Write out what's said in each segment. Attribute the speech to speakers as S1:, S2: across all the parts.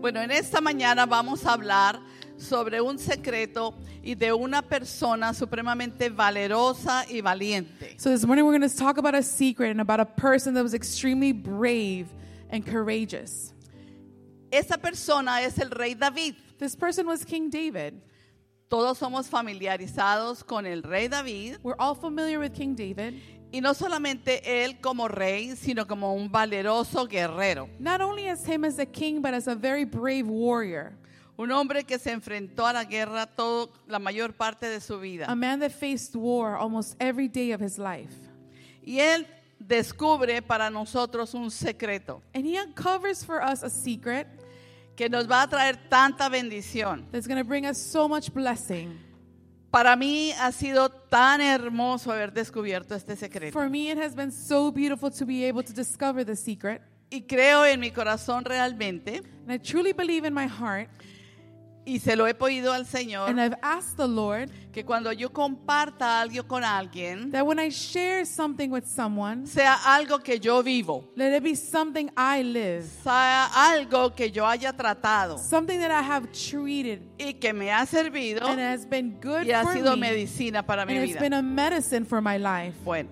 S1: Bueno, en esta mañana vamos a hablar sobre un secreto y de una persona supremamente valerosa y valiente.
S2: So this morning we're going to talk about a secret and about a person that was extremely brave and courageous.
S1: Esa persona es el rey David.
S2: This person was King David.
S1: Todos somos familiarizados con el rey David
S2: We're all familiar with King David,
S1: y no solamente él como rey, sino como un valeroso guerrero.
S2: not only as him as a king, but as a very brave warrior,
S1: Un hombre que se enfrentó a la guerra todo, la mayor parte de su vida.
S2: a man that faced war almost every day of his life.
S1: Y él descubre para nosotros un secreto
S2: And he uncovers for us a secret
S1: que nos va a traer tanta bendición.
S2: that's going to bring us so much blessing.
S1: Para mí ha sido tan hermoso haber descubierto este secreto.
S2: For me, it has been so beautiful to be able to discover the secret.
S1: Y creo en mi corazón realmente,
S2: And I truly believe in my heart,
S1: y se lo he pedido al
S2: and
S1: Señor,
S2: I've asked the Lord
S1: que cuando yo comparta algo con alguien,
S2: that when I share something with someone,
S1: sea algo que yo vivo,
S2: let it be something I live,
S1: sea algo que yo haya tratado
S2: something that I have treated
S1: y que me ha servido
S2: and has been good
S1: y ha
S2: for
S1: sido
S2: me,
S1: medicina para mi
S2: and it's been
S1: vida.
S2: a medicine for my life.
S1: Bueno,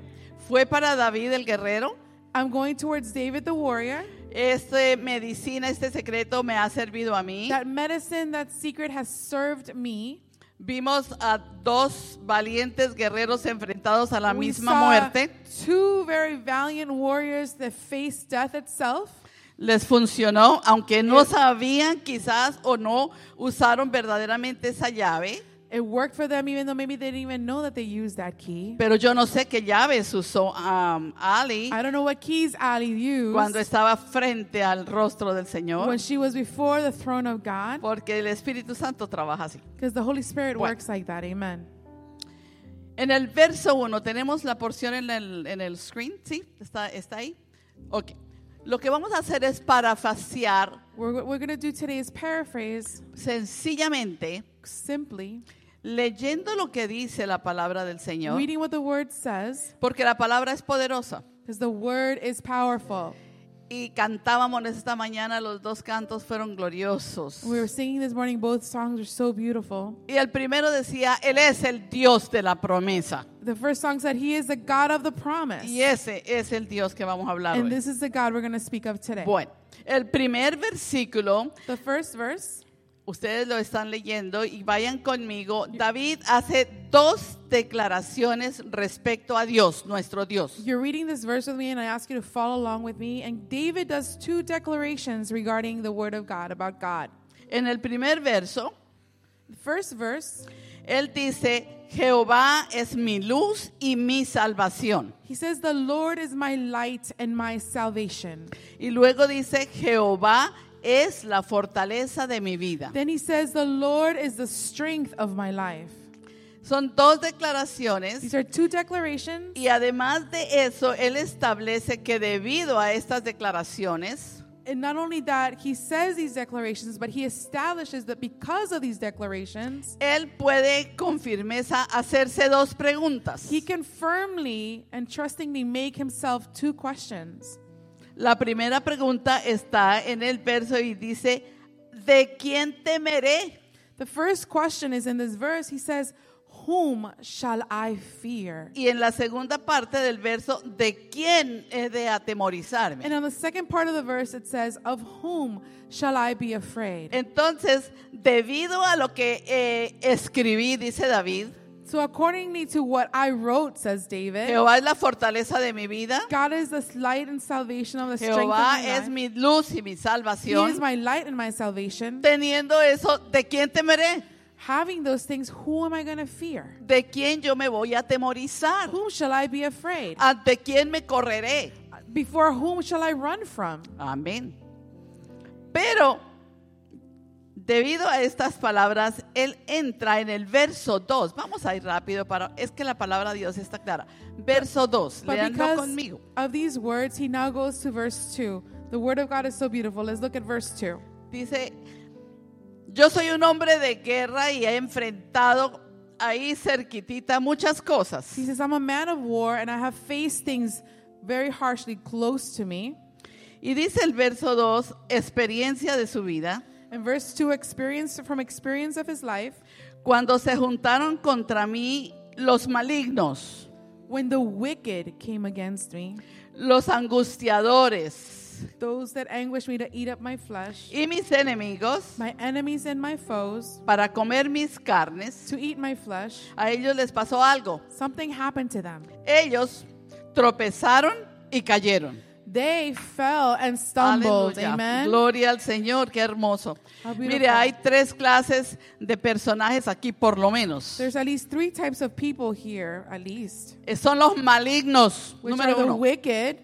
S1: fue para David el guerrero.
S2: I'm going towards David the warrior.
S1: Este medicina, este secreto me ha servido a mí.
S2: That medicine, that secret has served me.
S1: Vimos a dos valientes guerreros enfrentados a la
S2: We
S1: misma
S2: saw
S1: muerte.
S2: Two very valiant warriors that faced death itself.
S1: Les funcionó, aunque no sabían quizás o no usaron verdaderamente esa llave.
S2: It worked for them, even though maybe they didn't even know that they used that key.
S1: Pero yo no sé qué llaves usó um, Ali
S2: I don't know what keys Ali used
S1: cuando estaba frente al rostro del
S2: when
S1: Señor,
S2: she was before the throne of God,
S1: porque el Espíritu Santo trabaja así.
S2: because the Holy Spirit
S1: Bueno.
S2: works like that. Amen.
S1: En el verso 1, tenemos la porción en el, en el screen, ¿sí? ¿Está, está ahí? Ok. Lo que vamos a hacer es parafasear
S2: We're, what we're going to do today is paraphrase
S1: sencillamente
S2: simply,
S1: leyendo lo que dice la palabra del Señor,
S2: reading what the word says,
S1: porque la palabra es poderosa.
S2: because the word is powerful.
S1: Y cantábamos esta mañana, los dos cantos fueron gloriosos.
S2: We were singing this morning, both songs are so beautiful.
S1: Y el primero decía, Él es el Dios de la promesa.
S2: The first song said, He is the God of the promise.
S1: Y ese es el Dios que vamos a hablar
S2: And
S1: hoy.
S2: this is the God we're going to speak of today.
S1: Bueno, el primer versículo,
S2: The first verse,
S1: ustedes lo están leyendo y vayan conmigo. David hace dos declaraciones respecto a Dios, nuestro Dios.
S2: you're reading this verse with me, and I ask you to follow along with me. And David does two declarations regarding the word of God, about God.
S1: En el primer verso,
S2: The first verse,
S1: Él dice, Jehová es mi luz y mi salvación.
S2: he says, The Lord is my light and my salvation.
S1: Y luego dice, Jehová es la fortaleza de mi vida.
S2: Then he says, The Lord is the strength of my life.
S1: Son dos declaraciones.
S2: These are two declarations.
S1: Y además de eso, Él establece que debido a estas declaraciones,
S2: And not only that, he says these declarations, but he establishes that because of these declarations,
S1: Él puede con firmeza hacerse dos preguntas.
S2: He can firmly and trustingly make himself two questions.
S1: La primera pregunta está en el verso y dice, ¿de quién temeré?
S2: The first question is in this verse, he says, Whom shall I fear?
S1: Y en la segunda parte del verso, ¿de quién he de atemorizarme?
S2: And on the second part of the verse, it says, Of whom shall I be afraid?
S1: Entonces, debido a lo que eh, escribí, dice David,
S2: So, accordingly to what I wrote, says David,
S1: Jehová es la fortaleza de mi vida,
S2: God is the light and salvation of the strength of
S1: Jehová
S2: my
S1: es
S2: life.
S1: mi luz y mi
S2: He is
S1: salvación.
S2: my light and my salvation.
S1: Teniendo eso, ¿de quién temeré?
S2: Having those things, who am I going to fear?
S1: ¿De quién yo me voy a atemorizar?
S2: Whom shall I be afraid?
S1: ¿Ante quién me correré?
S2: Before whom shall I run from?
S1: Amén. Pero, debido a estas palabras, él entra en el verso 2. Vamos a ir rápido para. Es que la palabra de Dios está clara. Verso 2.
S2: But
S1: Leanlo
S2: because
S1: conmigo.
S2: of these words, he now goes to verse 2. The word of God is so beautiful. Let's look at verse 2.
S1: Dice: Yo soy un hombre de guerra y he enfrentado ahí cerquitita muchas cosas.
S2: He says, I'm a man of war and I have faced things very harshly close to me.
S1: Y dice el verso 2, experiencia de su vida.
S2: In verse 2, experience from experience of his life,
S1: Cuando se juntaron contra mí los malignos,
S2: when the wicked came against me,
S1: los angustiadores
S2: those that anguish me to eat up my flesh,
S1: y mis enemigos
S2: my enemies and my foes,
S1: para comer mis carnes,
S2: to eat my flesh,
S1: a ellos les pasó algo.
S2: something happened to them.
S1: Ellos tropezaron y cayeron.
S2: They fell and stumbled.
S1: Aleluya.
S2: Amen.
S1: Gloria al Señor, qué hermoso.
S2: How beautiful.
S1: Mire, hay tres clases de personajes aquí por lo menos.
S2: There's at least three types of people here, at least,
S1: Eh, Son los malignos,
S2: which are
S1: número
S2: the
S1: uno.
S2: wicked.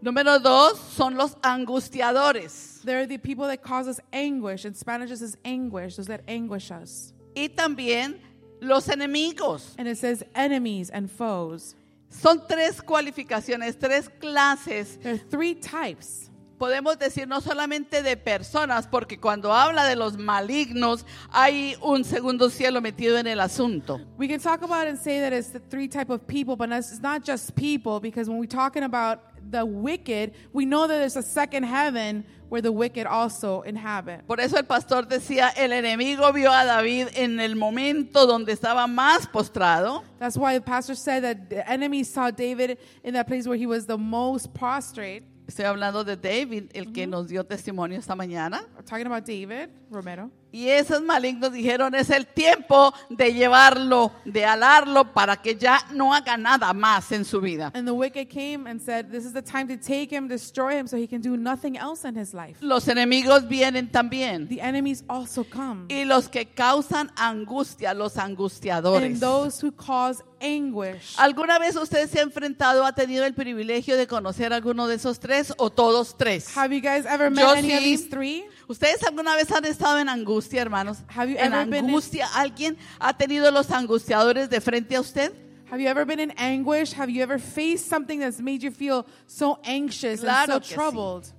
S1: Número dos, son los angustiadores.
S2: They're the people that cause us anguish. In Spanish, this is anguish, those that anguish us.
S1: Y también los enemigos.
S2: And it says enemies and foes.
S1: Son tres cualificaciones, tres clases.
S2: There are three types.
S1: Podemos decir no solamente de personas, porque cuando habla de los malignos hay un segundo cielo metido en el asunto.
S2: We can talk about and say that it's the three type of people, but that's- it's not just people because when we're talking about the wicked, we know that there's a second heaven where the wicked also inhabit.
S1: Por eso el pastor decía, el enemigo vio a David en el momento donde estaba más postrado
S2: That's why the pastor said that the enemy saw David in that place where he was the most prostrate.
S1: Estoy hablando de David, el que nos dio testimonio esta mañana.
S2: We're talking about David, Romero.
S1: Y esos malignos dijeron, es el tiempo de llevarlo, de alarlo, para que ya no haga nada más en su vida.
S2: And the wicked came and said, This is the time to take him, destroy him, so he can do nothing else in his life.
S1: Los enemigos vienen también.
S2: The enemies also come.
S1: Y los que causan angustia, los
S2: And
S1: angustiadores.
S2: those who cause anguish.
S1: ¿Alguna vez usted se ha enfrentado, ha tenido el privilegio de conocer alguno de esos tres o todos tres?
S2: Have you guys ever
S1: Yo
S2: met any of
S1: sí.
S2: these three?
S1: ¿Ustedes alguna vez han estado en angustia, hermanos?
S2: Have you
S1: ¿En
S2: ever been in-
S1: angustia? ¿Alguien ha tenido los angustiadores de frente a usted?
S2: Have you ever been in anguish? Have you ever faced something that's made you feel so anxious
S1: Claro
S2: and
S1: que sí.
S2: so troubled?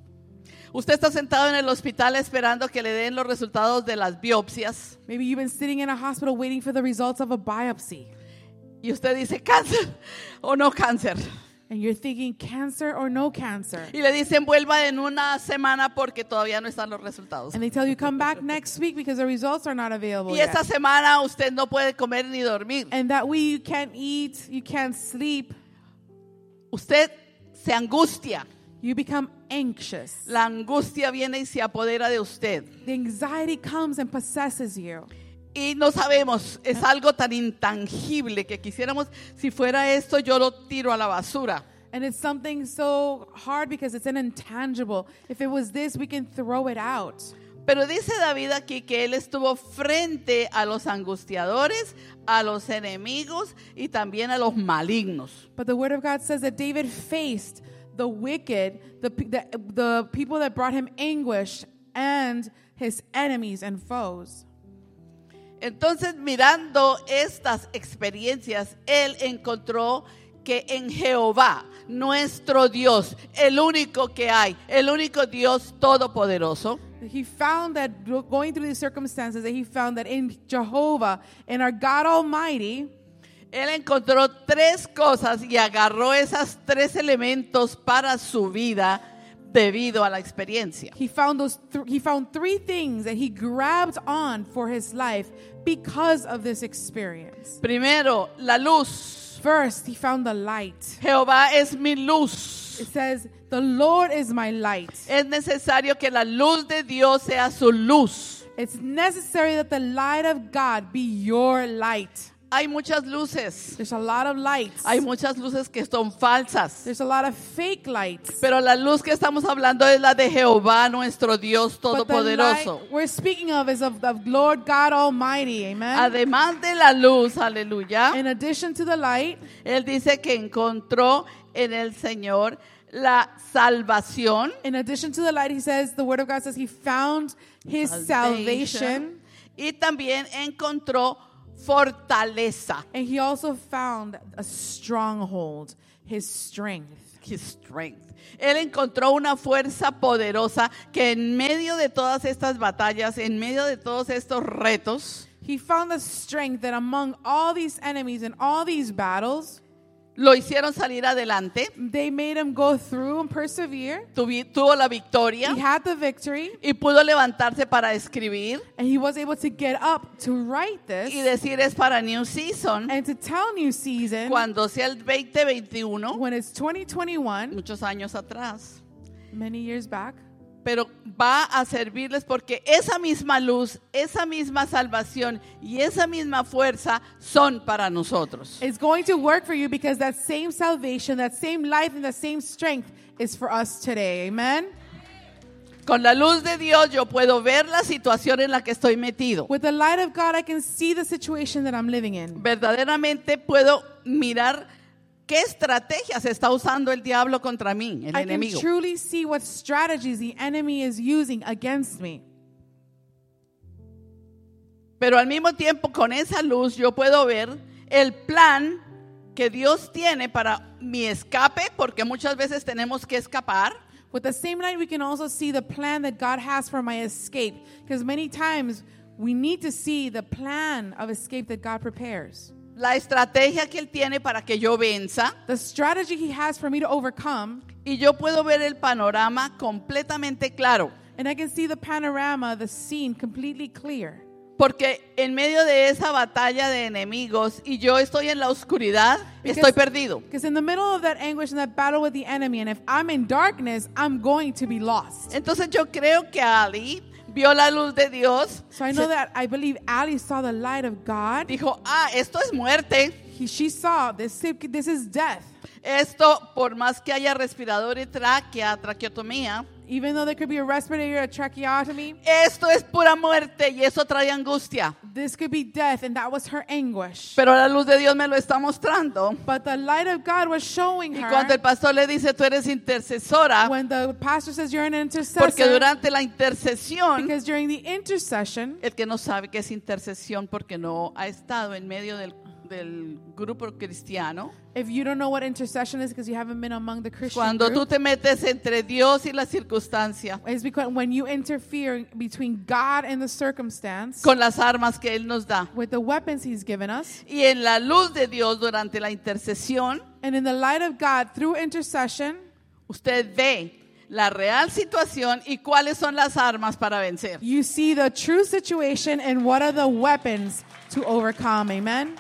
S1: Usted está sentado en el hospital esperando que le den los resultados de las biopsias
S2: Maybe you've been sitting in a hospital waiting for the results of a biopsy,
S1: y usted dice cáncer o no cáncer.
S2: and you're thinking cancer or no cancer.
S1: Y le dicen vuelva en una semana porque todavía no están los resultados.
S2: And they tell you come back next week because the results are not available.
S1: Y
S2: yet.
S1: esa semana usted no puede comer ni dormir.
S2: And that way you can't eat, you can't sleep,
S1: Usted se angustia.
S2: you become anxious.
S1: La angustia viene y se apodera de usted.
S2: The anxiety comes and possesses you.
S1: Y no sabemos, es algo tan intangible que quisiéramos, si fuera esto yo lo tiro a la basura.
S2: And it's something so hard because it's an intangible. If it was this, we can throw it out.
S1: Pero dice David aquí que él estuvo frente a los angustiadores, a los enemigos y también a los malignos.
S2: But the word of God says that David faced the wicked, the, pe- the, the people that brought him anguish, and his enemies and foes.
S1: Entonces mirando estas experiencias, él encontró que en Jehová, nuestro Dios, el único que hay, el único Dios todopoderoso,
S2: He found that going through these circumstances, that he found that in Jehovah, in our God Almighty,
S1: Él encontró tres cosas y agarró esos tres elementos para su vida debido a la experiencia.
S2: He found those th- he found three things that he grabbed on for his life because of this experience.
S1: Primero, la luz.
S2: First, he found the light.
S1: Jehová es mi luz.
S2: It says, "The Lord is my light."
S1: Es necesario que la luz de Dios sea su luz.
S2: It's necessary that the light of God be your light.
S1: Hay muchas luces.
S2: There's a lot of lights.
S1: Hay muchas luces que son falsas.
S2: There's a lot of fake lights.
S1: Pero la luz que estamos hablando es la de Jehová, nuestro Dios
S2: But the
S1: todopoderoso.
S2: light we're speaking of is of the Lord God Almighty. Amen.
S1: Además de la luz, aleluya.
S2: In addition to the light,
S1: Él dice que encontró en el Señor la salvación
S2: in addition to the light, he says the word of God says he found his salvation.
S1: y también encontró fortaleza.
S2: And he also found a stronghold, his strength.
S1: His strength. Él encontró una fuerza poderosa que en medio de todas estas batallas, en medio de todos estos retos,
S2: He found the strength that among all these enemies and all these battles,
S1: lo hicieron salir adelante,
S2: They made him go through and persevere.
S1: tuvi- tuvo la
S2: He
S1: victoria
S2: had the victory,
S1: y pudo levantarse para escribir
S2: and he was able to get up to write this
S1: y decir es para New Season.
S2: and to tell New Season
S1: Cuando sea el 2021,
S2: when it's 2021,
S1: muchos años atrás,
S2: many years back.
S1: pero va a servirles porque esa misma luz, esa misma salvación y esa misma fuerza son para nosotros.
S2: It's going to work for you because that same salvation, that same life, and that same strength is for us today. Amen.
S1: Con la luz de Dios yo puedo ver la situación en la que estoy metido.
S2: With the light of God, I can see the situation that I'm living in.
S1: Verdaderamente puedo mirar qué estrategias está usando el diablo contra mí, el
S2: I can
S1: enemigo.
S2: truly see what strategies the enemy is using against me.
S1: Pero al mismo tiempo con esa luz yo puedo ver el plan que Dios tiene para mi escape, porque muchas veces tenemos que escapar.
S2: With the same light, we can also see the plan that God has for my escape. Because many times we need to see the plan of escape that God prepares.
S1: La estrategia que él tiene para que yo venza
S2: The strategy He has for me to overcome,
S1: y yo puedo ver el panorama completamente claro,
S2: and I can see the panorama, the scene completely clear.
S1: porque en medio de esa batalla de enemigos y yo estoy en la oscuridad, estoy perdido.
S2: Because in the middle of that anguish and that battle with the enemy, and if I'm in darkness, I'm going to be lost.
S1: Entonces yo creo que Ali vio la luz de Dios,
S2: So I know that I believe Ali saw the light of God.
S1: dijo, ah, esto es muerte,
S2: He, she saw this, this is death.
S1: esto por más que haya respirador y tráquea, traqueotomía,
S2: Even though there could be a respirator, a tracheotomy,
S1: esto es pura muerte y eso trae angustia.
S2: this could be death, and that was her anguish.
S1: Pero la luz de Dios me lo está mostrando.
S2: But the light of God was showing
S1: Y cuando el
S2: her.
S1: pastor le dice, tú eres intercesora,
S2: When the pastor says you're an
S1: porque
S2: intercessor,
S1: durante la intercesión,
S2: because during the intercession,
S1: el que no sabe qué es intercesión porque no ha estado en medio del, del grupo cristiano,
S2: if you don't know what intercession is because you haven't been among the Christian
S1: cuando tú
S2: group,
S1: te metes entre Dios y la circunstancia,
S2: is because when you interfere between God and the circumstance
S1: con las armas que Él nos da.
S2: with the weapons He's given us,
S1: Y en la luz de Dios durante la intercesión,
S2: and in the light of God through intercession,
S1: usted ve la real situación y cuáles son las armas para vencer.
S2: you see the true situation and what are the weapons to overcome. Amen.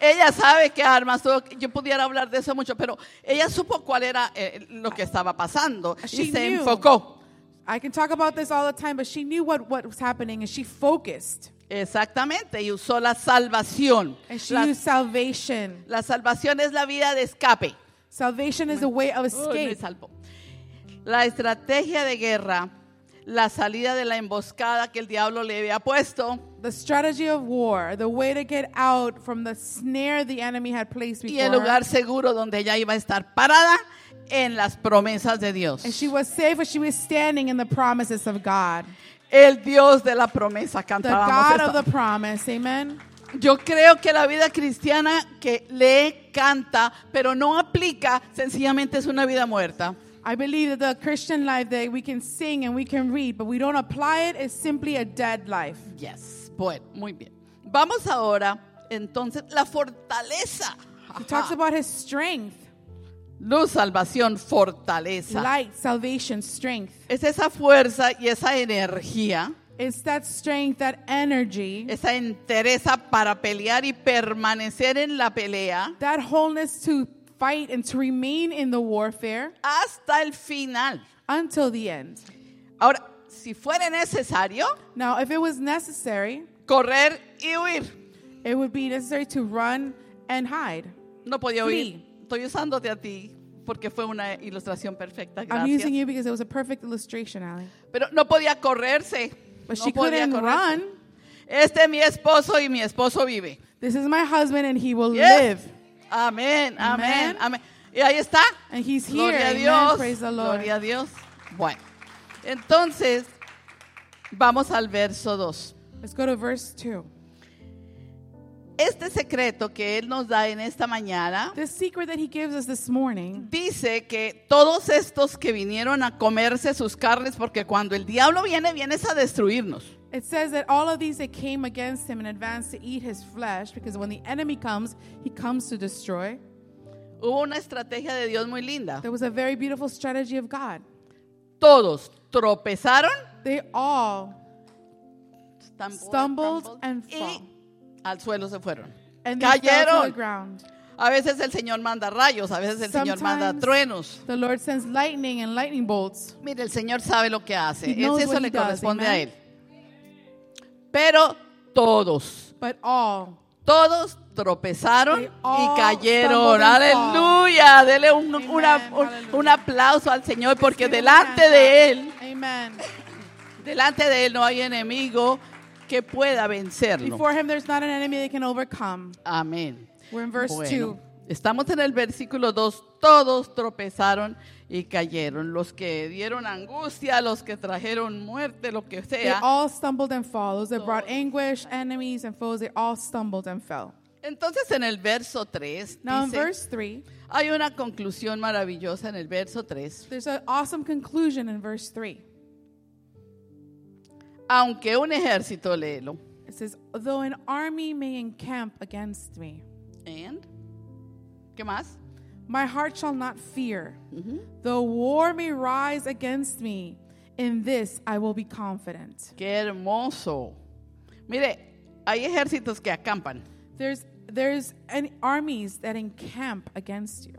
S1: Ella sabe qué armas, tuvo. yo pudiera hablar de eso mucho, pero ella supo cuál era eh, lo que estaba pasando y
S2: She
S1: se
S2: knew.
S1: enfocó.
S2: I can talk about this all the time, but she knew what, what was happening and she focused.
S1: Exactamente, y usó la salvación.
S2: And she
S1: La,
S2: used salvation.
S1: la salvación es la vida de escape.
S2: Salvation is a way of
S1: Uy, me
S2: escape.
S1: salvó. La estrategia de guerra, la salida de la emboscada que el diablo le había puesto,
S2: The strategy of war, the way to get out from the snare the enemy had placed
S1: y
S2: before
S1: el
S2: her.
S1: lugar seguro donde ella iba a estar parada en las promesas de Dios.
S2: And she was safe when she was standing in the promises of God.
S1: El Dios de la promesa
S2: The
S1: cantábamos.
S2: God
S1: esta-
S2: of the promise. Amen.
S1: Yo creo que la vida cristiana que lee, canta, pero no aplica, sencillamente es una vida muerta.
S2: I believe that the Christian life that we can sing and we can read, but we don't apply it, is simply a dead life.
S1: Yes. Bueno, muy bien. Vamos ahora, entonces, la fortaleza.
S2: He talks
S1: Ajá.
S2: about his strength,
S1: Luz, salvación, fortaleza.
S2: light, salvation, strength.
S1: Es esa fuerza y esa energía,
S2: It's that strength, that energy,
S1: esa entereza para pelear y permanecer en la pelea
S2: that wholeness to fight and to remain in the warfare
S1: hasta el final.
S2: until the end.
S1: Ahora, si fuera necesario,
S2: Now, if it was necessary,
S1: correr y huir.
S2: it would be necessary to run and hide.
S1: No podía
S2: Flee.
S1: huir. Estoy usándote a ti porque fue una ilustración perfecta.
S2: I'm using
S1: Gracias.
S2: you because it was a perfect illustration, Allie.
S1: Pero no podía correrse.
S2: But
S1: no
S2: she
S1: podía
S2: couldn't
S1: correrse.
S2: run.
S1: Este es mi esposo y mi esposo vive.
S2: This is my husband, and he will
S1: Yes.
S2: live.
S1: Amén, amén,
S2: Amén.
S1: amén. Y ahí está.
S2: And he's here.
S1: Gloria a
S2: Amen.
S1: Dios.
S2: Praise the Lord.
S1: Gloria a Dios. Bueno, entonces vamos al verso 2.
S2: Let's go to verse 2.
S1: Este secreto que Él nos da en esta mañana
S2: The secret that he gives us this morning
S1: dice que todos estos que vinieron a comerse sus carnes, porque cuando el diablo viene, vienes a destruirnos.
S2: It says that all of these that came against him in advance to eat his flesh, because when the enemy comes, he comes to destroy.
S1: Hubo una estrategia de Dios muy linda.
S2: There was a very beautiful strategy of God.
S1: Todos tropezaron
S2: They all
S1: stumbled,
S2: Stumbled and fell.
S1: y al suelo se fueron.
S2: and they fell to the
S1: Cayeron.
S2: ground.
S1: A veces el Señor manda rayos, a veces el Señor manda
S2: Sometimes
S1: truenos.
S2: The Lord sends lightning and lightning bolts.
S1: Mire, el Señor sabe lo que hace.
S2: He knows
S1: Es eso
S2: what
S1: le
S2: he does,
S1: corresponde a
S2: amen.
S1: Él. Pero todos,
S2: But all
S1: todos tropezaron
S2: They
S1: y
S2: all
S1: cayeron.
S2: stumbled and fell.
S1: Aleluya. Dele un,
S2: Amen,
S1: una- un-
S2: hallelujah.
S1: un aplauso al Señor porque
S2: Give him a
S1: delante
S2: hand
S1: de Él,
S2: clap. Amen.
S1: delante de Él no hay enemigo que pueda vencerlo.
S2: Before him, there's not an enemy that can overcome.
S1: Amén.
S2: We're in verse
S1: Bueno,
S2: 2.
S1: estamos en el versículo 2. Todos tropezaron y cayeron. Los que dieron angustia, los que trajeron muerte, lo que
S2: They
S1: sea.
S2: all stumbled and fell. Those that brought anguish, enemies, and foes, they all stumbled and fell.
S1: Entonces en el verso 3
S2: Now in
S1: dice,
S2: verse 3,
S1: hay una conclusión maravillosa en el verso 3.
S2: there's an awesome conclusion in verse 3.
S1: Aunque un ejército, léelo.
S2: It says, Though an army may encamp against me,
S1: And, ¿Qué más?
S2: my heart shall not fear. Though war may rise against me, in this I will be confident.
S1: Qué hermoso. Mire, hay ejércitos que acampan.
S2: There's there's an armies that encamp against you.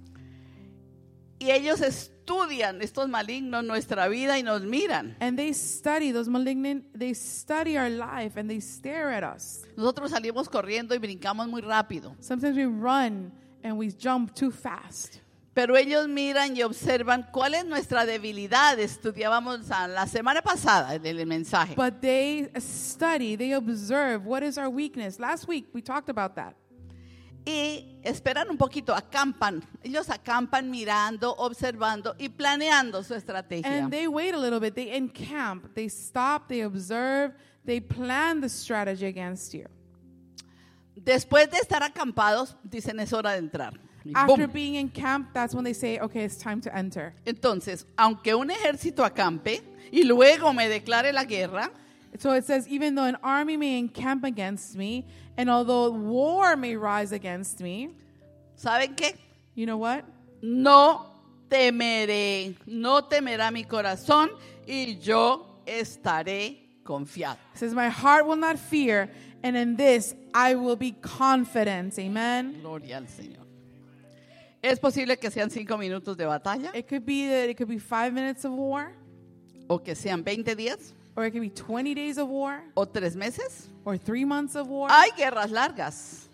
S1: Y ellos estudian estos malignos nuestra vida y nos miran.
S2: And they study those malignant they study our life and they stare at us.
S1: Nosotros salimos corriendo y brincamos muy rápido.
S2: Sometimes we run and we jump too fast.
S1: Pero ellos miran y observan cuál es nuestra debilidad. Estudiábamos a- la semana pasada en el mensaje.
S2: But they study, they observe what is our weakness. Last week we talked about that.
S1: Y esperan un poquito, acampan. Ellos acampan mirando, observando y planeando su estrategia.
S2: And they wait a little bit. They encamp. They stop. They observe. They plan the strategy against you.
S1: Después de estar acampados, dicen es hora de entrar. Y
S2: After
S1: ¡bum!
S2: being encamped, that's when they say, okay, it's time to enter.
S1: Entonces, aunque un ejército acampe y luego me declare la guerra,
S2: So it says, even though an army may encamp against me, and although war may rise against me,
S1: ¿saben qué?
S2: you know what?
S1: No temeré, no temerá mi corazón y yo estaré confiado.
S2: It says, my heart will not fear, and in this I will be confident. Amen.
S1: Gloria al Señor. Es posible que sean cinco minutos de batalla
S2: It could be that it could be five minutes of war,
S1: o que sean 20 días
S2: or it could be 20 days of war,
S1: o tres meses.
S2: or three months of war.
S1: Hay guerras largas,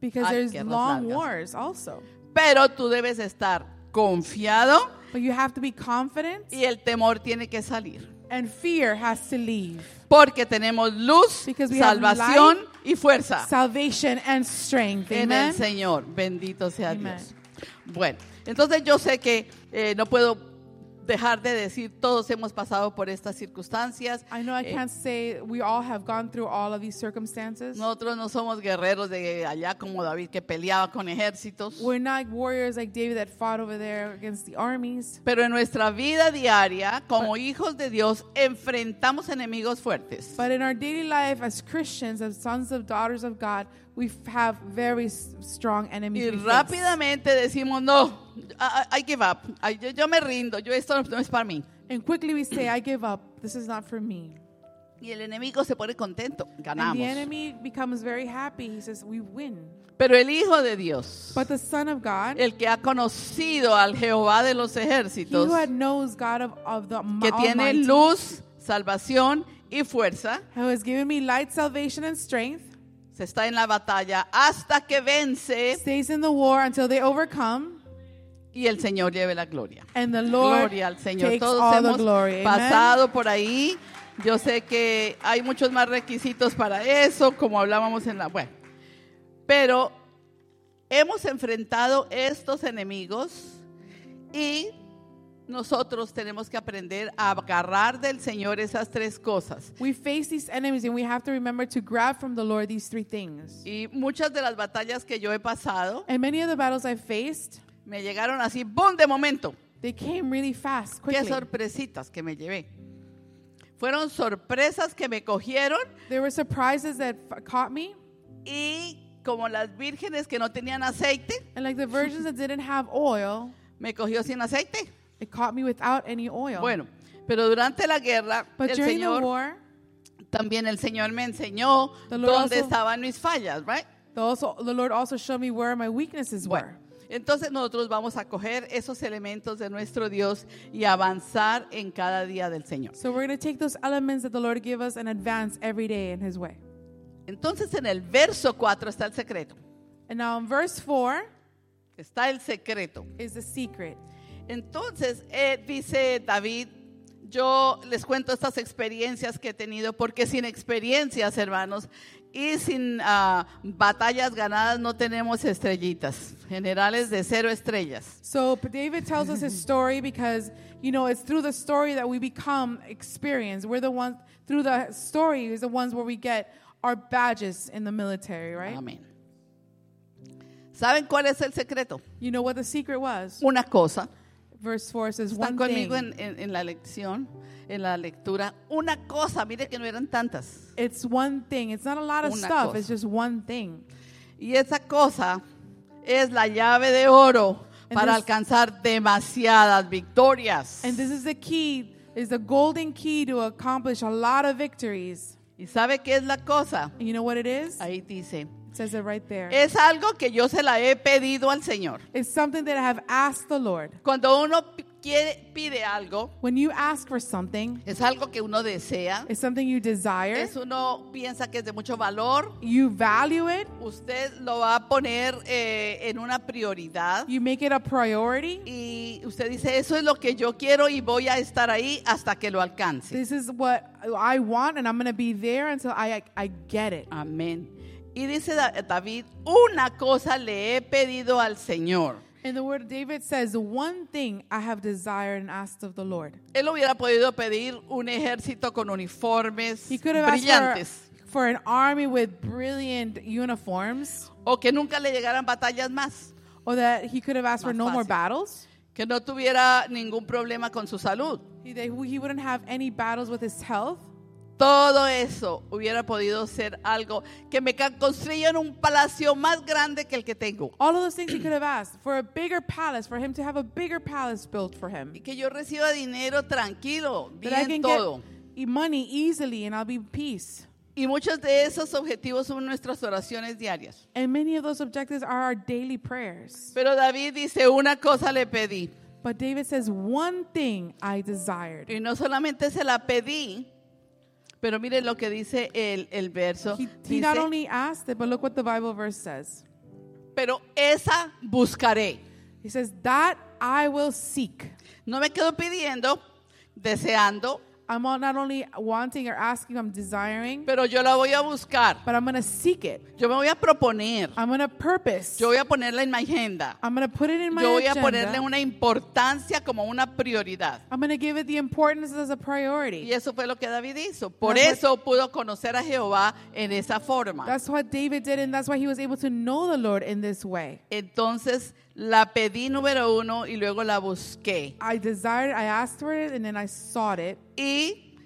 S2: Because
S1: Ay,
S2: there's
S1: guerras
S2: long
S1: largas.
S2: wars also.
S1: pero tú debes estar confiado
S2: But you have to be confident
S1: y el temor tiene que salir.
S2: and fear has to leave.
S1: Porque tenemos luz,
S2: Because we have
S1: salvación y fuerza
S2: Salvation and strength.
S1: Ah. en el
S2: Amen.
S1: Señor. Bendito sea
S2: Amen.
S1: Dios. Bueno, entonces yo sé que eh, no puedo dejar de decir, todos hemos pasado por estas circunstancias.
S2: I know I
S1: Eh,
S2: can't say we all have gone through all of these circumstances.
S1: Nosotros no somos guerreros de allá como David que peleaba con ejércitos.
S2: We're not warriors like David that fought over there against the armies.
S1: Pero en nuestra vida diaria, como hijos de Dios, enfrentamos enemigos fuertes.
S2: But in our daily life as Christians, as sons of daughters of God, we f- have very s- strong enemies.
S1: Y
S2: we face.
S1: rápidamente decimos, no, I, I- I give up, Ay, yo, yo me rindo, yo esto no es para mí.
S2: And quickly we say, I give up. This is not for me.
S1: Y el enemigo se pone contento,
S2: And the
S1: ganamos.
S2: enemy becomes very happy. He says, We win.
S1: Pero el Hijo de Dios,
S2: But the Son of God,
S1: el que ha conocido al Jehová de los
S2: He who
S1: ejércitos,
S2: had knows God of, of the
S1: que tiene
S2: Almighty,
S1: luz, salvación y fuerza,
S2: who has given me light, salvation, and strength,
S1: se está en la batalla hasta que vence
S2: stays in the war until they overcome,
S1: y el Señor lleve la gloria.
S2: and the Lord
S1: Gloria al Señor.
S2: takes
S1: Todos
S2: all the
S1: hemos
S2: glory. Amen.
S1: pasado por ahí. Yo sé que hay muchos más requisitos para eso, como hablábamos en la web. Pero hemos enfrentado estos enemigos y nosotros tenemos que aprender a agarrar del Señor esas tres cosas.
S2: We face these enemies, and we have to remember to grab from the Lord these three things.
S1: Y muchas de las batallas que yo he pasado
S2: And many of the battles I faced,
S1: me llegaron así, ¡boom! de momento.
S2: they came really fast,
S1: Qué
S2: quickly.
S1: sorpresitas que me llevé. Fueron sorpresas que me cogieron
S2: There were surprises that f- caught me,
S1: y como las vírgenes que no tenían aceite,
S2: And like the virgins that didn't have oil,
S1: me cogió sin aceite.
S2: it caught me without any oil.
S1: Bueno, pero durante la guerra,
S2: but
S1: el
S2: during
S1: Señor,
S2: the war,
S1: también el Señor me enseñó
S2: The Lord
S1: dónde
S2: also-
S1: estaban mis fallas, right?
S2: the, also, the Lord also showed me where my weaknesses were.
S1: Bueno, entonces nosotros vamos a coger esos elementos de nuestro Dios y avanzar en cada día del Señor.
S2: So we're going to take those elements that the Lord gave us and advance every day in His way.
S1: Entonces en el verso 4 está el secreto.
S2: And now in verse 4
S1: Está el secreto.
S2: is the secret.
S1: Entonces eh, dice David, yo les cuento estas experiencias que he tenido, porque sin experiencias, hermanos, y sin ah, batallas ganadas no tenemos estrellitas, generales de cero estrellas.
S2: So David tells us his story because you know it's through the story that we become experienced. We're the ones through the story is the ones where we get our badges in the military, right?
S1: Amén. ¿Saben cuál es el secreto?
S2: You know what the secret was?
S1: Una cosa.
S2: Verse 4 says
S1: Están
S2: one
S1: conmigo
S2: thing.
S1: en, en- en la lección, en la lectura. Una cosa, mire que no eran tantas.
S2: It's one thing. It's not a lot of
S1: Una
S2: stuff.
S1: cosa.
S2: It's just one thing.
S1: Y esa cosa es la llave de oro
S2: And
S1: para
S2: this-
S1: alcanzar demasiadas victorias.
S2: And this is the key is the golden key to accomplish a lot of victories.
S1: ¿Y sabe qué es la cosa?
S2: And you know what it is? It
S1: Ahí dice,
S2: says it right there.
S1: es algo que yo se la he pedido al Señor.
S2: It's something that I have asked the Lord.
S1: Cuando uno pi- quiere, pide algo,
S2: When you ask for something,
S1: es algo que uno desea,
S2: it's something you desire.
S1: es uno piensa que es de mucho valor,
S2: You value it,
S1: usted lo va a poner eh, en una prioridad.
S2: you make it a priority.
S1: y usted dice, eso es lo que yo quiero y voy a estar ahí hasta que lo alcance.
S2: This is what I want, and I'm going to be there until I, I get it.
S1: Amén. Y dice Da- David, una cosa le he pedido al Señor.
S2: And the word of David says, One thing I have desired and asked of the Lord.
S1: Él hubiera podido pedir un ejército con uniformes
S2: He could have asked
S1: brillantes
S2: for, for an army with brilliant uniforms,
S1: o que nunca le llegaran batallas más,
S2: or that he could have asked for
S1: Más
S2: no more
S1: fácil.
S2: battles.
S1: que no tuviera ningún problema con su salud.
S2: He, they, he wouldn't have any battles with his health.
S1: Todo eso hubiera podido ser algo que me ca- construyan un palacio más grande que el que tengo.
S2: All of those things he could have asked for a bigger palace, for him to have a bigger palace built for him.
S1: Y que yo reciba dinero tranquilo,
S2: that I
S1: bien
S2: can
S1: todo.
S2: get e, money easily and I'll be in peace.
S1: Y muchos de esos objetivos son nuestras oraciones diarias.
S2: And many of those objectives are our daily prayers.
S1: Pero David dice, una cosa le pedí.
S2: But David says, one thing I desired.
S1: Y no solamente se la pedí, pero miren lo que dice el, el verso.
S2: He, he
S1: Dice,
S2: not only asked it, but look what the Bible verse says.
S1: pero esa buscaré.
S2: He says, that I will seek.
S1: No me quedo pidiendo, deseando,
S2: I'm all- not only wanting or asking, I'm desiring,
S1: pero yo la voy a buscar.
S2: but I'm going to seek it.
S1: Yo me voy a proponer.
S2: I'm going to purpose.
S1: Yo voy a ponerla en mi agenda.
S2: I'm going to put it in my
S1: Yo voy a ponerle
S2: agenda.
S1: una importancia como una prioridad.
S2: I'm going to give it the importance as a priority.
S1: Y eso fue lo que David hizo. Por
S2: That's what-
S1: eso pudo conocer a Jehová en esa forma.
S2: That's what David did, and that's why he was able to know the Lord in this way.
S1: Entonces la pedí número uno y luego la busqué.
S2: I desired, I asked for it, and then I sought it.
S1: ¿Y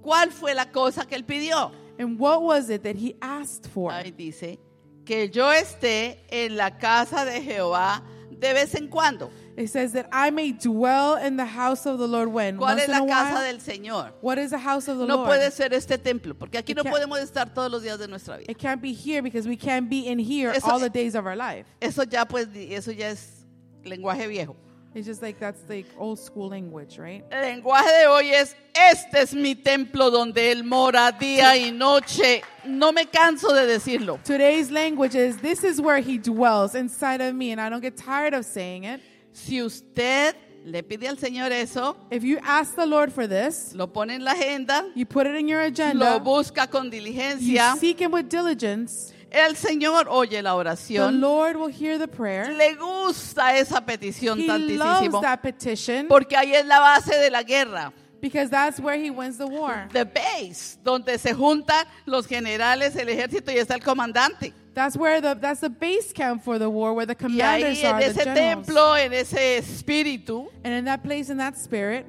S1: cuál fue la cosa que él pidió?
S2: And what was it that he asked for?
S1: Ahí dice, que yo esté en la casa de Jehová de vez en cuando.
S2: It says that I may dwell in the house of the Lord when
S1: ¿Cuál
S2: once
S1: es
S2: in
S1: la
S2: a
S1: casa
S2: while.
S1: del Señor?
S2: what is the house of the
S1: No
S2: Lord?
S1: puede ser este templo, porque aquí
S2: It
S1: no
S2: can't-
S1: podemos estar todos los días de nuestra vida.
S2: It can't be here because we can't be in here
S1: Eso-
S2: all the days of our life.
S1: Eso ya pues, di- eso ya es lenguaje viejo.
S2: It's just like that's like old school language, right?
S1: El lenguaje de hoy es, este es mi templo donde Él mora día y noche. No me canso de decirlo.
S2: Today's language is this is where he dwells inside of me, and I don't get tired of saying it.
S1: Si usted le pide al Señor eso,
S2: If you ask the Lord for this,
S1: lo pone en la agenda,
S2: you put it in your
S1: lo
S2: agenda,
S1: busca con
S2: you
S1: diligencia,
S2: seek him with diligence,
S1: el Señor oye la
S2: the
S1: oración,
S2: Lord will hear the prayer.
S1: le gusta esa petición
S2: He
S1: tantísimo,
S2: loves that petition
S1: porque ahí es la base de la guerra,
S2: because that's where he wins the war.
S1: the base, donde se juntan los generales, el ejército y está el comandante.
S2: That's where the that's the base camp for the war, where the
S1: Y ahí
S2: commanders
S1: en
S2: are, the
S1: ese
S2: generals.
S1: templo, en ese espíritu,
S2: and in that place, in that spirit,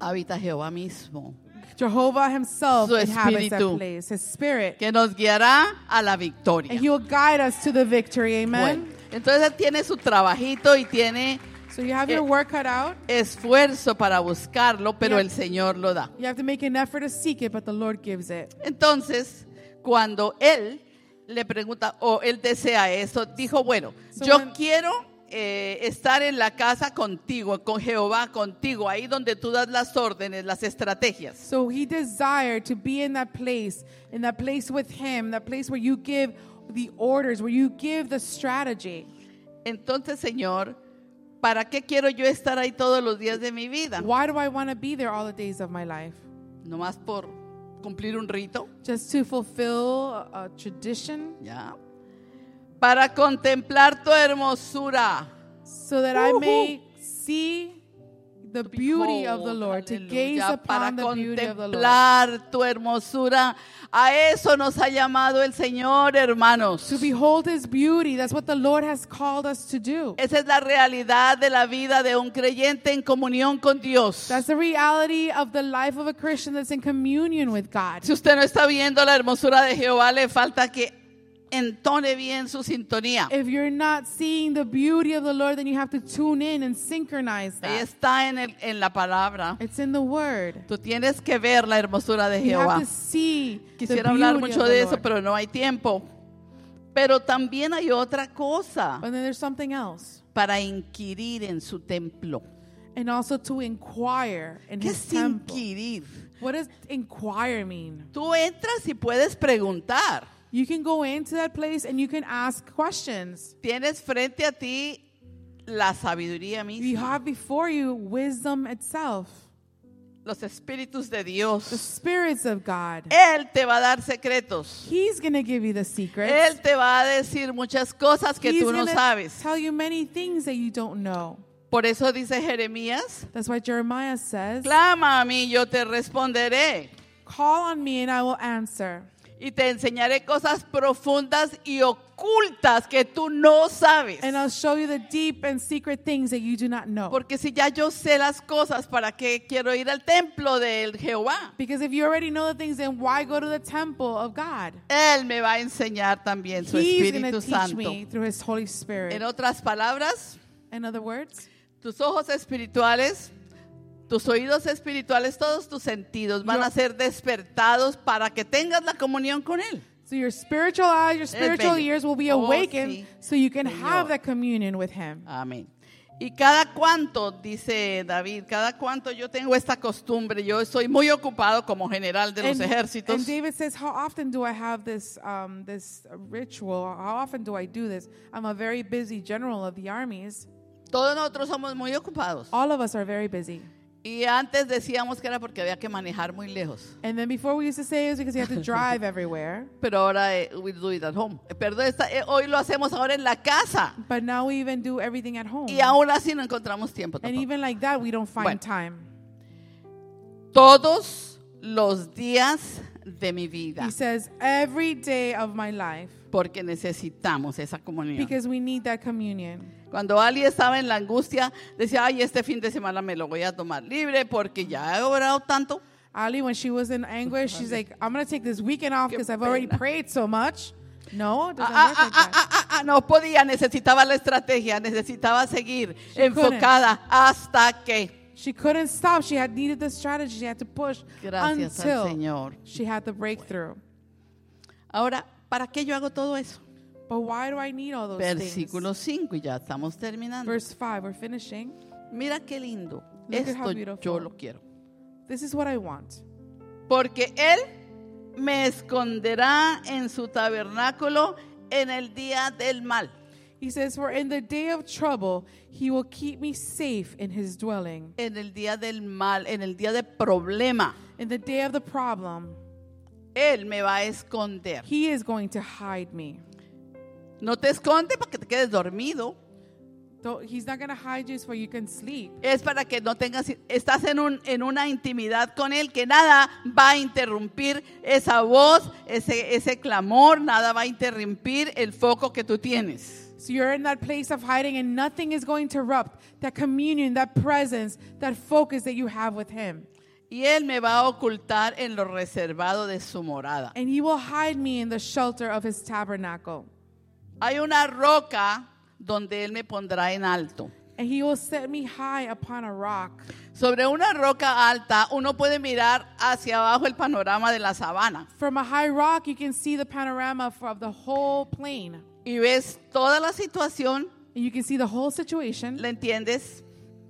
S1: habita Jehová mismo.
S2: Jehovah himself
S1: Su
S2: inhabits that
S1: espíritu.
S2: place, his spirit.
S1: que nos guiará a la
S2: And
S1: victoria.
S2: he will guide us to the victory, amen?
S1: Bueno, entonces él tiene su trabajito y tiene
S2: So you have
S1: Eh,
S2: your work cut out.
S1: esfuerzo para buscarlo, pero
S2: Yeah.
S1: el Señor lo da.
S2: You have to make an effort to seek it, but the Lord gives it.
S1: Entonces, cuando él le pregunta o él desea eso, dijo, bueno,
S2: So
S1: yo
S2: when-
S1: quiero eh, estar en la casa contigo, con Jehová, contigo, ahí donde tú das las órdenes, las estrategias.
S2: So he desired to be in that place, in that place with him, that place where you give the orders, where you give the strategy.
S1: Entonces, Señor, ¿para qué quiero yo estar ahí todos los días de mi vida?
S2: Why do I want to be there all the days of my life?
S1: Nomás por cumplir un rito,
S2: Just to fulfill a a tradition
S1: ya. Para contemplar tu hermosura.
S2: so that I may see the beauty of the
S1: Behold,
S2: Lord, to
S1: Oh, aleluya,
S2: gaze
S1: para
S2: upon the beauty of the Lord,
S1: contemplar tu hermosura. A eso nos ha llamado el Señor, hermanos.
S2: to behold his beauty. That's what the Lord has called us to do.
S1: Esa es la realidad de la vida de un creyente en comunión con Dios.
S2: That's the reality of the life of a Christian that's in communion with God.
S1: Si usted no está viendo la hermosura de Jehová, le falta que entone bien su sintonía.
S2: If you're not seeing the beauty of the Lord, then you have to tune in and synchronize
S1: Ahí
S2: that.
S1: está en, el- en la palabra.
S2: It's in the Word.
S1: Tú tienes que ver la hermosura de
S2: You have
S1: Jehová.
S2: to see the
S1: Quisiera hablar
S2: beauty of
S1: mucho
S2: the
S1: de eso,
S2: Lord.
S1: pero no hay tiempo. Pero también hay otra cosa.
S2: But then there's something else.
S1: para inquirir en su templo.
S2: And also to inquire in
S1: ¿Qué
S2: His
S1: es
S2: temple.
S1: inquirir?
S2: What does inquire mean?
S1: Tú entras y puedes preguntar.
S2: You can go into that place and you can ask questions.
S1: Tienes frente a ti la sabiduría
S2: You
S1: misma,
S2: have before you wisdom itself,
S1: los espíritus de
S2: the
S1: Dios.
S2: spirits of God.
S1: Él te va a dar secretos.
S2: He's going to give you the secrets.
S1: Él te va a decir muchas cosas Eh, que
S2: He's
S1: tú no
S2: gonna
S1: sabes.
S2: Tell you many things that you don't know.
S1: Por eso dice Jeremías,
S2: That's why Jeremiah says,
S1: clama a mí, yo te responderé
S2: "Call on me and I will answer,
S1: y te enseñaré cosas profundas y ocultas que tú no sabes.
S2: and I'll show you the deep and secret things that you do not know."
S1: Porque si ya yo sé las cosas, ¿para qué quiero ir al templo del Jehová?
S2: Because if you already know the things, then why go to the temple of God?
S1: Él me va a enseñar también su
S2: He's going to
S1: Espíritu
S2: teach
S1: Santo.
S2: me through His Holy
S1: En
S2: Spirit.
S1: otras palabras,
S2: In other words,
S1: tus ojos espirituales, tus oídos espirituales, todos tus sentidos van
S2: Yo-
S1: a ser despertados para que tengas la comunión con Él.
S2: So your spiritual eyes, your spiritual
S1: bello.
S2: ears will be
S1: Eh, Oh,
S2: awakened
S1: sí,
S2: so you can
S1: Señor.
S2: have that communion with him.
S1: Amén. Y cada cuanto, dice David, cada cuanto yo tengo esta costumbre, yo soy muy ocupado como general de los ejércitos.
S2: and David says, "How often do I have this um, this ritual? How often do I do this? I'm a very busy general of the armies.
S1: Todos nosotros somos muy ocupados.
S2: All of us are very busy.
S1: Y antes decíamos que era porque había que manejar muy lejos.
S2: And then before we used to say it was because you have to drive everywhere,
S1: Pero ahora eh, we do it at home. Eh, Perdón, esta- eh, hoy lo hacemos ahora en la casa.
S2: but now we even do everything at home.
S1: Y aún así no encontramos tiempo
S2: and
S1: tampoco.
S2: even like that, we don't find
S1: Bueno.
S2: time.
S1: Todos los días de mi vida.
S2: He says, "Every day of my life,
S1: Porque necesitamos esa comunión.
S2: because we need that communion."
S1: Cuando Ali estaba en la angustia, decía, ay, este fin de semana me lo voy a tomar libre porque ya he orado tanto.
S2: Ali, when she was in anguish, she's like, I'm going to take this weekend off
S1: Qué
S2: because I've already
S1: pena.
S2: prayed so much. No, it doesn't
S1: Ah,
S2: work
S1: ah,
S2: like
S1: ah,
S2: that.
S1: ah, ah, ah, no podía, necesitaba la estrategia, necesitaba seguir
S2: She couldn't.
S1: enfocada hasta que...
S2: She couldn't stop. She had needed the strategy. She had to push
S1: Gracias al
S2: until
S1: Señor.
S2: she had the breakthrough.
S1: Ahora, ¿para qué yo hago todo eso? Pues
S2: But why do I need all those
S1: Versículo
S2: things?
S1: 5 y ya estamos terminando.
S2: Verse 5, we're finishing.
S1: Mira qué lindo.
S2: Look at how
S1: Esto
S2: beautiful.
S1: yo lo quiero.
S2: This is what I want.
S1: Porque Él me esconderá en su tabernáculo en el día del mal.
S2: He says, For in the day of trouble, he will keep me safe in his dwelling.
S1: En el día del mal, en el día de problema.
S2: In the day of the problem,
S1: Él me va a esconder.
S2: he is going to hide me.
S1: No te esconde para que te quedes dormido.
S2: Though He's not going to hide you so you can sleep.
S1: Es para que no tengas, estás en, un, en una intimidad con Él que nada va a interrumpir esa voz, ese, ese clamor, nada va a interrumpir el foco que tú tienes.
S2: So you're in that place of hiding and nothing is going to erupt that communion, that presence, that focus that you have with Him.
S1: y él me va a ocultar en lo reservado de su morada.
S2: and he will hide me in the shelter of his tabernacle.
S1: Hay una roca donde él me pondrá en alto.
S2: And he will set me high upon a rock.
S1: Sobre una roca alta uno puede mirar hacia abajo el panorama de la sabana
S2: From a high rock, you can see the panorama f- of the whole plain.
S1: y ves toda la situación,
S2: And you can see the whole situation.
S1: ¿la entiendes?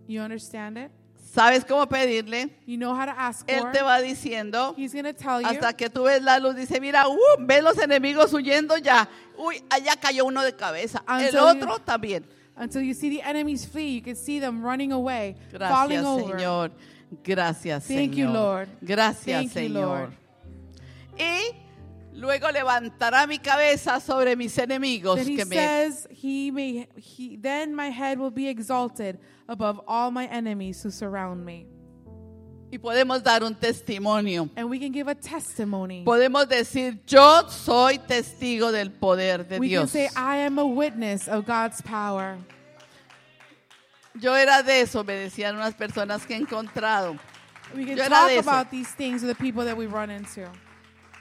S2: You understand it?
S1: Sabes cómo pedirle.
S2: You know how to ask
S1: Él
S2: for.
S1: te va diciendo
S2: He's going to tell you
S1: hasta que tú ves la luz. Dice, mira, uh, ve los enemigos huyendo ya. Uy, allá cayó uno de cabeza. El
S2: Antonio-
S1: otro también.
S2: until you see the enemies flee. You can see them running away, falling
S1: Gracias,
S2: over.
S1: Señor. Gracias,
S2: Thank
S1: Señor.
S2: you, Lord.
S1: Gracias,
S2: Thank
S1: Señor.
S2: you, Lord.
S1: Y luego levantará mi cabeza sobre mis enemigos
S2: Then he
S1: que me
S2: says, he may, he, then my head will be exalted above all my enemies who surround me.
S1: y podemos dar un testimonio.
S2: And we can give a testimony.
S1: Podemos decir, yo soy testigo del poder de
S2: we can
S1: Dios.
S2: say, "Ah." I am a witness of God's power.
S1: Yo era de eso, me decían unas personas que he encontrado.
S2: We can
S1: Yo era
S2: talk
S1: de eso.
S2: about these things with the people that we run into.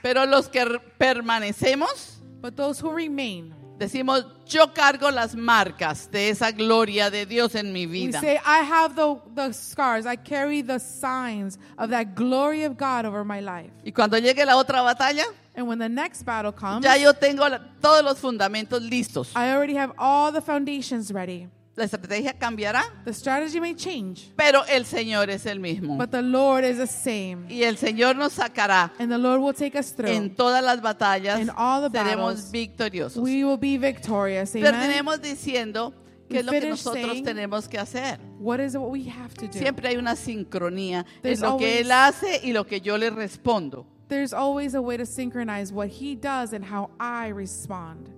S1: Pero los que r- permanecemos,
S2: But those who remain,
S1: decimos, yo cargo las marcas de esa gloria de Dios en mi
S2: we
S1: vida.
S2: say, I have the, the scars. I carry the signs of that glory of God over my life.
S1: Y cuando llegue la otra batalla,
S2: And when the next battle comes,
S1: ya yo tengo la- todos los fundamentos listos.
S2: I already have all the foundations ready.
S1: La estrategia cambiará,
S2: The strategy may change,
S1: pero el Señor es el mismo.
S2: but the Lord is the same.
S1: Y el Señor nos sacará
S2: And the Lord will take us through.
S1: en todas las batallas.
S2: In all the
S1: Seremos
S2: battles.
S1: victoriosos.
S2: We will be victorious. Amen.
S1: Terminemos diciendo
S2: We
S1: qué es lo que
S2: finish
S1: nosotros
S2: saying-
S1: tenemos que hacer.
S2: What is it what we have to do?
S1: Siempre hay una sincronía en
S2: There's
S1: lo que
S2: always-
S1: Él hace y lo que yo le respondo.
S2: There's always a way to synchronize what he does and how I respond.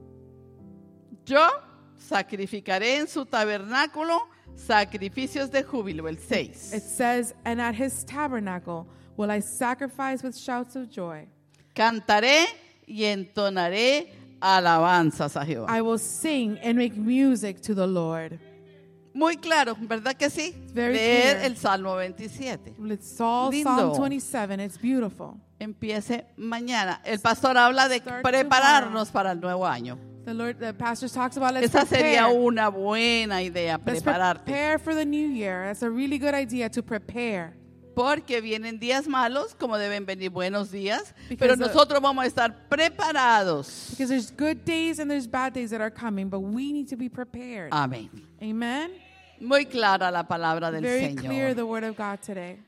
S1: Yo sacrificaré en su tabernáculo sacrificios de júbilo, el 6.
S2: It says, And at his tabernacle will I sacrifice with shouts of joy.
S1: Cantaré y entonaré alabanzas a Jehová.
S2: I will sing and make music to the Lord.
S1: Muy claro, ¿verdad que sí?
S2: Very
S1: Leer
S2: clear.
S1: el Salmo 27.
S2: It's all
S1: Lindo.
S2: Psalm 27. It's beautiful.
S1: Empiece mañana. El pastor habla de
S2: Start
S1: prepararnos para el nuevo año.
S2: The Lord, the pastor talks about let's
S1: Esa sería
S2: prepare.
S1: una buena idea,
S2: Let's
S1: prepararte.
S2: prepare for the new year. That's a really good idea to prepare.
S1: Porque vienen días malos, como deben venir buenos días,
S2: Because
S1: pero
S2: the-
S1: nosotros vamos a estar preparados.
S2: Because there's good days and there's bad days that are coming, but we need to be prepared.
S1: Amén.
S2: Amen.
S1: Muy clara Ah. la palabra del
S2: Very clear
S1: Señor.
S2: the word of God today.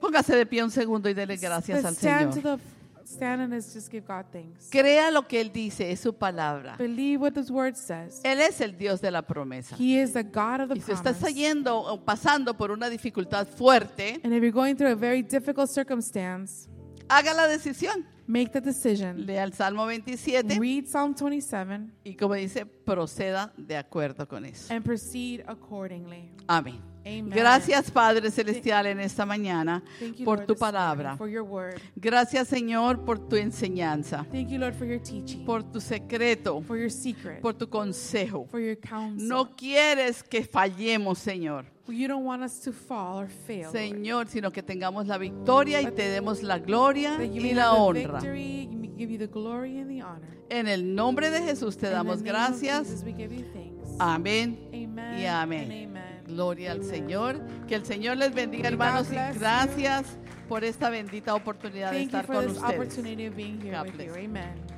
S1: Póngase de pie un segundo y dele gracias
S2: Let's
S1: al
S2: stand to
S1: Señor.
S2: the stand and let's just give God thanks.
S1: Crea lo que Él dice, es su palabra.
S2: Believe what this word says.
S1: Él es el Dios de la promesa.
S2: He is the God of the
S1: Y si estás
S2: promise.
S1: yendo o pasando por una dificultad fuerte,
S2: And if you're going through a very difficult circumstance,
S1: haga la decisión.
S2: make the decision.
S1: Lea el Salmo 27
S2: Read Psalm 27
S1: y como dice, proceda de acuerdo con eso.
S2: and proceed accordingly.
S1: Amén.
S2: Amen.
S1: Gracias Padre Celestial en esta mañana
S2: Thank you,
S1: por
S2: Lord,
S1: tu
S2: this morning,
S1: palabra.
S2: for your word.
S1: Gracias Señor por tu enseñanza,
S2: Thank you, Lord, for your teaching,
S1: por tu secreto,
S2: for your secret,
S1: por tu consejo.
S2: for your counsel.
S1: No quieres que fallemos, Señor.
S2: You don't want us to fall or fail. Lord.
S1: Señor, sino que tengamos la victoria y te demos la gloria
S2: That you may
S1: y la
S2: have the
S1: honra.
S2: victory, you may give you the glory and the honor.
S1: En el nombre de Jesús te
S2: In the
S1: damos
S2: name of
S1: gracias.
S2: Jesus, we give you thanks.
S1: Amén.
S2: Amen.
S1: y amén.
S2: and amen.
S1: Gloria al Señor. Que el Señor les bendiga,
S2: God
S1: hermanos, y
S2: bless you.
S1: gracias por esta bendita oportunidad de
S2: Thank you
S1: estar
S2: for
S1: con
S2: this
S1: ustedes.
S2: opportunity of being here
S1: God
S2: with
S1: bless
S2: you.
S1: you.
S2: Amen.